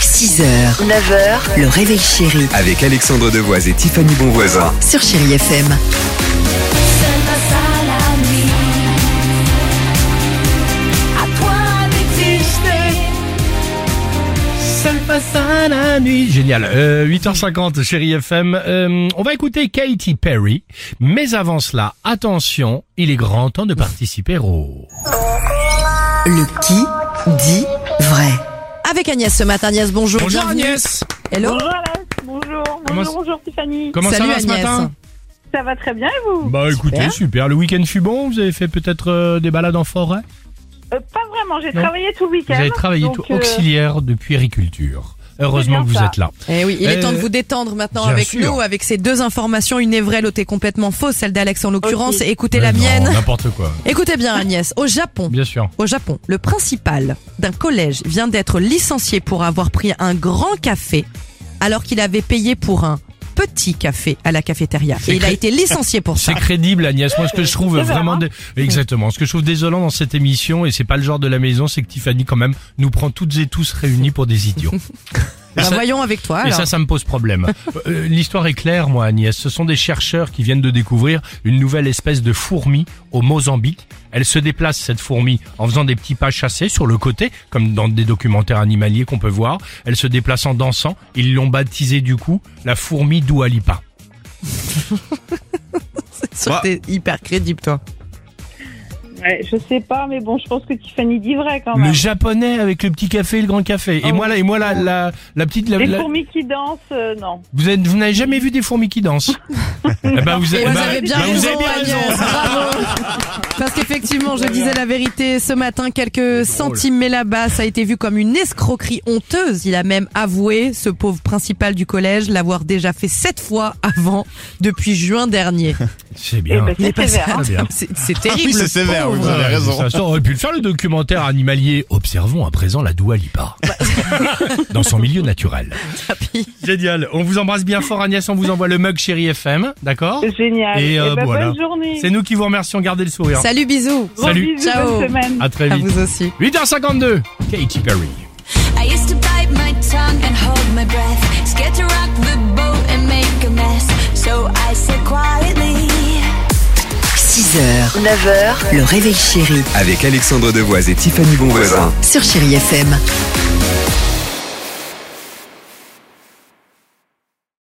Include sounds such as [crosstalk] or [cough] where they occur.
6h, 9h, le réveil chéri Avec Alexandre Devoise et Tiffany Bonvoisin. sur Chéri FM. Seul passe à la nuit À toi d'exister Seul passe à la nuit. Génial. Euh, 8h50, chérie FM. Euh, on va écouter Katy Perry. Mais avant cela, attention, il est grand temps de participer au... Le qui dit vrai. Avec Agnès ce matin. Agnès, bonjour. Bonjour bienvenue. Agnès Hello. Bonjour Alex, bonjour, bonjour, Comment ça- bonjour Tiffany. Comment Salut ça va ce Agnès. matin Ça va très bien et vous Bah écoutez, super. Le week-end fut bon Vous avez fait peut-être euh, des balades en forêt Euh, Pas vraiment, j'ai Non. travaillé tout le Vous week-end. avez travaillé donc, tout euh, auxiliaire de puériculture. Heureusement bien que vous ça. êtes là. Eh oui, il est Euh, temps de vous détendre maintenant bien avec sûr. nous, avec ces deux informations. Une est vraie, l'autre est complètement fausse. Celle d'Alex en l'occurrence. Ok. Écoutez la Mais euh, non, mienne. N'importe quoi. Écoutez bien Agnès. Au Japon. Bien sûr. Au Japon, le principal d'un collège vient d'être licencié pour avoir pris un grand café alors qu'il avait payé pour un petit café à la cafétéria. Et il a cré- été licencié pour ça. C'est crédible, Agnès. Moi, ce que je trouve C'est vrai, vraiment, hein dé- exactement, ce que je trouve désolant dans cette émission, et c'est pas le genre de la maison, c'est que Tiffany, quand même, nous prend toutes et tous réunis pour [laughs] des idiots. Bah, ça- voyons avec toi. Et Alors. ça, ça me pose problème. Euh, L'histoire est claire, moi, Agnès. Ce sont des chercheurs qui viennent de découvrir une nouvelle espèce de fourmi au Mozambique. Elle se déplace, cette fourmi, en faisant des petits pas chassés sur le côté, comme dans des documentaires animaliers qu'on peut voir. Elle se déplace en dansant. Ils l'ont baptisée, du coup, la fourmi d'Oualipa. bah- Sûr que t'es hyper crédible, toi. euh, ouais, je sais pas, mais bon, je pense que Tiffany dit vrai quand Le même. japonais avec le petit café et le grand café. Et Oh. moi, là, et moi, la, la, la petite, la- Les la- fourmis qui dansent, euh, non. vous êtes- vous n'avez jamais vu des fourmis qui dansent? Eh ben, vous, Et eh vous ben, avez bien bah, vous raison, avez bien Agnès. raison. Bravo. Parce qu'effectivement, je disais la vérité ce matin, quelques centimes mais là-bas, ça a été vu comme une escroquerie honteuse. Il a même avoué, ce pauvre principal du collège, l'avoir déjà fait sept fois avant, depuis juin dernier. C'est Eh bien. Ah, ben, c'est sévère. Très bien. C'est c'est terrible. le pauvre. Ouais, c'est Ça, on aurait pu le faire le documentaire animalier. Observons à présent la Doualipa. [laughs] Dans son milieu naturel. Génial. On vous embrasse bien fort Agnès, on vous envoie le mug chéri FM, d'accord Génial. Et, Eh euh, ben, voilà. Bonne journée. C'est nous qui vous remercions, gardez le sourire. Salut, bisous. Bon Salut. bisous, Ciao. bonne semaine. À très À vite. vous aussi. 8h52. Katy Perry. I used to bite my tongue and hold my breath Scared to rock the boat and make a mess So I said quietly 6h, 9h, le réveil chéri Avec Alexandre Devoise et Tiffany Bonvoisin. sur Chéri FM.